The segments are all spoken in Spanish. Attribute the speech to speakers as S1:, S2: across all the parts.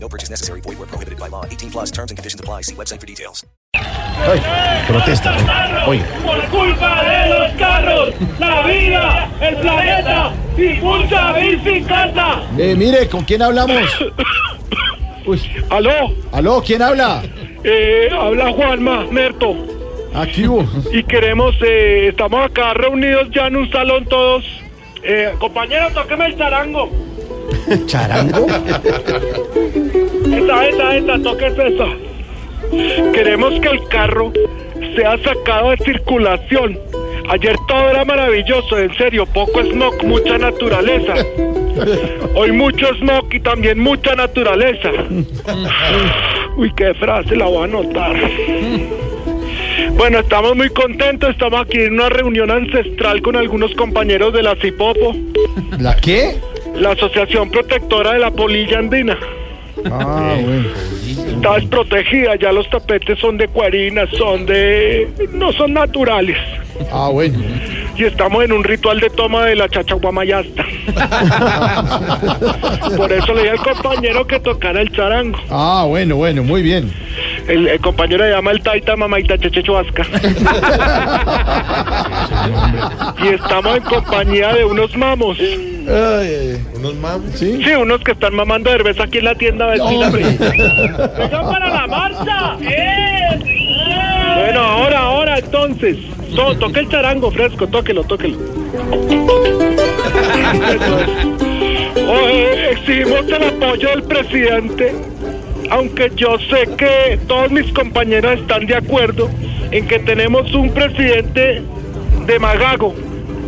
S1: No purchase necessary. Void where prohibited by law. 18 plus terms and conditions apply. See website for details.
S2: Ay, protesta. ¿eh? ¿no? Oye,
S3: Por culpa de los carros, la vida, el planeta, y mucha bici canta.
S2: eh, mire, ¿con quién hablamos? Uy,
S3: Aló,
S2: aló, ¿quién habla?
S3: eh, habla Juanma Merto.
S2: Aquí hubo.
S3: Y queremos, eh, estamos acá reunidos ya en un salón todos. Eh, compañero, toqueme el charango.
S2: ¿Charango?
S3: Esta, esta, esta, toques esta. Queremos que el carro sea sacado de circulación. Ayer todo era maravilloso, en serio, poco smog, mucha naturaleza. Hoy mucho smog y también mucha naturaleza. Uy, qué frase, la voy a anotar. Bueno, estamos muy contentos, estamos aquí en una reunión ancestral con algunos compañeros de la CIPOPO,
S2: ¿La qué?
S3: la Asociación Protectora de la Polilla Andina.
S2: Ah, bueno.
S3: Está desprotegida, ya los tapetes son de cuarina, son de... no son naturales.
S2: Ah, bueno.
S3: Y estamos en un ritual de toma de la chachaguamayasta. Por eso le dije al compañero que tocara el charango.
S2: Ah, bueno, bueno, muy bien.
S3: El, el compañero le llama el taita mamaita chechechuasca. y estamos en compañía de unos mamos.
S2: ¿Unos mamos? Sí.
S3: Sí, unos que están mamando cerveza aquí en la tienda vecina.
S2: Hombre.
S3: para la marcha! Bueno, ahora, ahora, entonces. To, toque el charango fresco, tóquelo, tóquelo. Eso es. Oye, exigimos Oh, eh, el apoyo del presidente, aunque yo sé que todos mis compañeros están de acuerdo en que tenemos un presidente demagogo.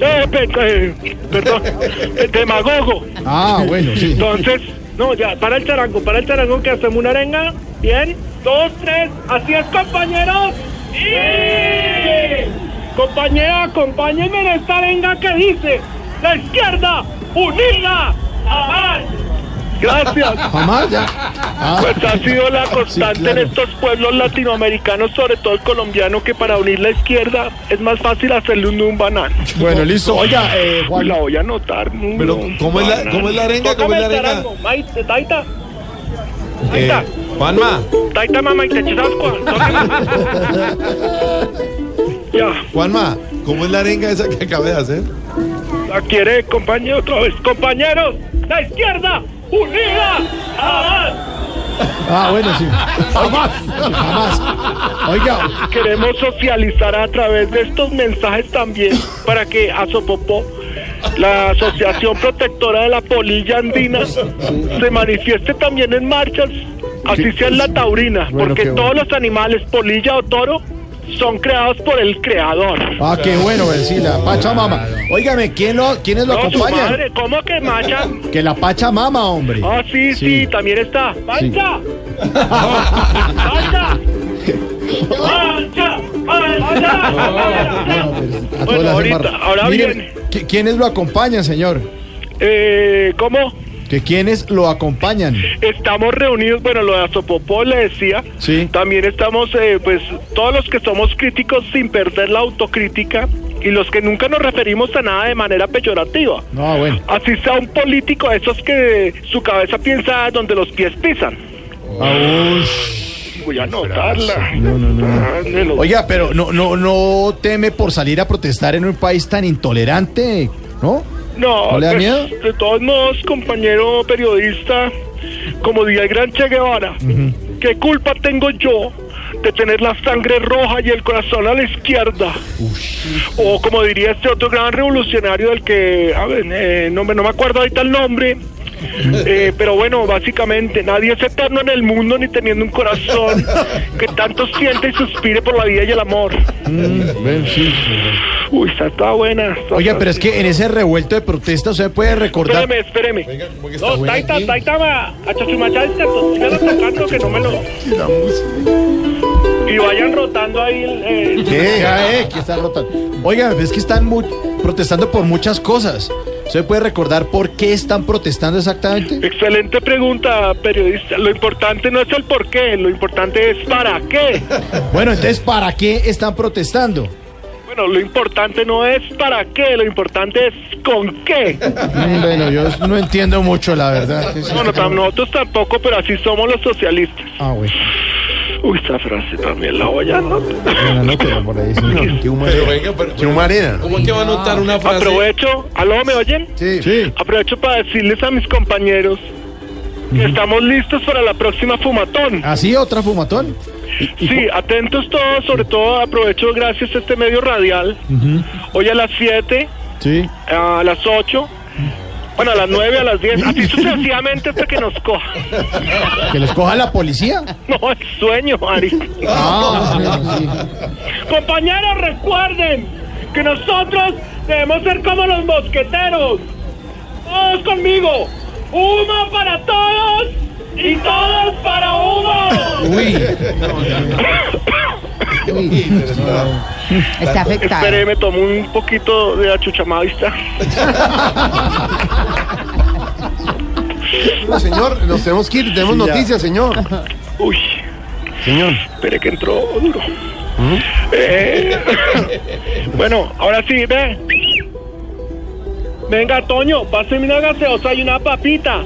S3: Eh, pe- eh, perdón, demagogo.
S2: Ah, bueno, sí.
S3: Entonces, no, ya, para el charango, para el charango que hacemos una arenga. Bien, dos, tres, así es, compañeros. ¡Sí! Compañera, acompáñenme en esta arenga que dice: La izquierda, unida, amar. Gracias.
S2: Jamás ya. Ah,
S3: Pues ha sido la constante
S2: claro.
S3: en estos pueblos latinoamericanos, sobre todo el colombiano, que para unir la izquierda es más fácil hacerle un, un banano.
S2: bueno, listo. Oiga, eh,
S3: Uy,
S2: Juan.
S3: La voy a anotar.
S4: Pero, ¿cómo es la- cómo es la arenga? ¿Cómo es la arenga?
S3: arenga? Taita.
S4: Eh,
S3: Taita.
S4: Juanma,
S3: Taita mamá y te Ya,
S4: Juanma, ¿cómo es la arenga esa que acabé de hacer?
S3: la quiere compañero otra vez. Compañeros, la izquierda, unida, jamás.
S2: Ah, bueno, sí. Jamás. Jamás. Oiga,
S3: Queremos socializar a través de estos mensajes también para que Azopopó, la Asociación Protectora de la Polilla Andina, se manifieste también en marchas, así sea en la taurina,
S2: Bueno,
S3: porque
S2: qué bueno.
S3: todos los animales, polilla o toro, son creados por el creador.
S2: ah, qué bueno, eh, sí, la Pachamama. Óigame, ¿quién lo, ¿quiénes lo
S3: No, su
S2: acompañan?
S3: madre, ¿cómo que macha?
S2: Que la Pachamama, hombre.
S3: Ah, sí, sí,
S2: Sí.
S3: también está. ¡Mancha! ¡Mancha! ¡Mancha! ¡Mancha!
S2: A todas
S3: Bueno,
S2: las
S3: ahorita,
S2: embarras.
S3: ahora
S2: Mire,
S3: viene.
S2: ¿qui- ¿Quiénes lo acompañan, señor?
S3: Eh, ¿Cómo?
S2: Que quiénes lo acompañan.
S3: Estamos reunidos, bueno, lo de Azopopó le decía.
S2: Sí.
S3: También estamos, eh, pues, todos los que somos críticos sin perder la autocrítica y los que nunca nos referimos a nada de manera peyorativa.
S2: No, bueno.
S3: Así sea un político, de esos que su cabeza piensa donde los pies pisan.
S2: Ah, uy.
S3: Voy a anotarla. Ah, Dánelo.
S2: Oiga, pero no, no, no teme por salir a protestar en un país tan intolerante, ¿no?
S3: No,
S2: ¿No le da
S3: pues,
S2: miedo?
S3: de todos modos, compañero periodista, como diría el gran Che Guevara, ¿qué culpa tengo yo de tener la sangre roja y el corazón a la izquierda? O como diría este otro gran revolucionario del que, a ver, eh, no, me- no me acuerdo ahorita el nombre, eh, pero bueno, básicamente nadie es eterno en el mundo ni teniendo un corazón que tanto siente y suspire por la vida y el amor.
S2: Mm,
S3: Uy, esa está buena. esa
S2: Oiga,
S3: está-
S2: pero es que en ese revuelto de protesta usted puede recordar.
S3: Espéreme, espéreme.
S4: Venga, ¿cómo que
S3: No,
S4: buena
S3: taita,
S4: aquí?
S3: taita, ma, a Chachumachá, es que to- sigan atacando que no me lo... Y vayan rotando ahí el- el-
S2: ¿Qué? Ya, eh, que está rota. Oigan, es que están mu- protestando por muchas cosas. ¿Se puede recordar por qué están protestando exactamente?
S3: Excelente pregunta, periodista. Lo importante no es el por qué, lo importante es para qué.
S2: Bueno, entonces, ¿para qué están protestando?
S3: Bueno, lo importante no es para qué, lo importante es con qué.
S2: Mm, Bueno, yo no entiendo mucho, la verdad.
S3: Bueno, tam- nosotros tampoco, pero así somos los socialistas.
S2: Ah, bueno.
S3: Uy, esa frase también la voy a
S4: Ah,
S3: anotar.
S2: Buena noche, por ahí, señor. Qué humor
S4: Pero
S2: era.
S4: venga, pero,
S2: Qué humor era.
S4: ¿cómo es que va a anotar una frase?
S3: Aprovecho, aló, ¿me oyen?
S2: Sí. sí.
S3: Aprovecho para decirles a mis compañeros que estamos listos para la próxima fumatón.
S2: ¿Así otra fumatón?
S3: Sí, atentos todos, sobre todo aprovecho gracias a este medio radial. Hoy a las 7,
S2: Sí.
S3: a las 8, bueno, a las 9, a las 10, así sucesivamente hasta que nos coja.
S2: ¿Que los coja la policía?
S3: No, el sueño, Ari.
S2: Ah, bueno, sí.
S3: Compañeros, recuerden que nosotros debemos ser como los mosqueteros. Todos conmigo. Humo para todos y todos para humo.
S5: Está afectado.
S3: Espere, me tomo un poquito de achuchamadista.
S6: señor, nos tenemos que ir, tenemos noticias, señor.
S3: Uy.
S6: Señor.
S3: Espere que entró duro.
S2: ¿Mm?
S3: Eh, bueno, ahora sí, ve. Venga, Toño, páseme una gaseosa y una papita.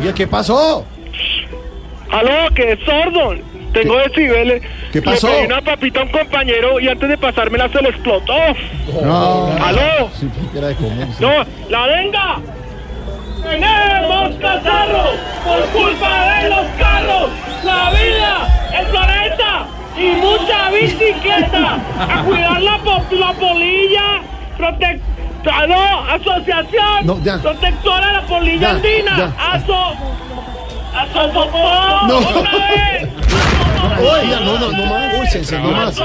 S2: Oye, ¿qué pasó?
S3: Aló, que es sordo. Tengo decibeles.
S2: ¿Qué pasó?
S3: Le pedí una papita a un compañero y antes de pasármela se lo explotó.
S2: No.
S3: Aló.
S2: Sí, era de común.
S3: No, la venga. Tenemos cazarro por culpa de los carros. La vida, el planeta y mucha bicicleta. A cuidar la, po- la polilla. Protec ah, no, asociación
S6: No, ya.
S3: protectora de la polilla
S6: Ya,
S3: andina.
S6: ya.
S3: Aso. Aso. No.
S6: No.
S3: Otra vez.
S6: Oiga, no, no, no más. Uy, se encendió más.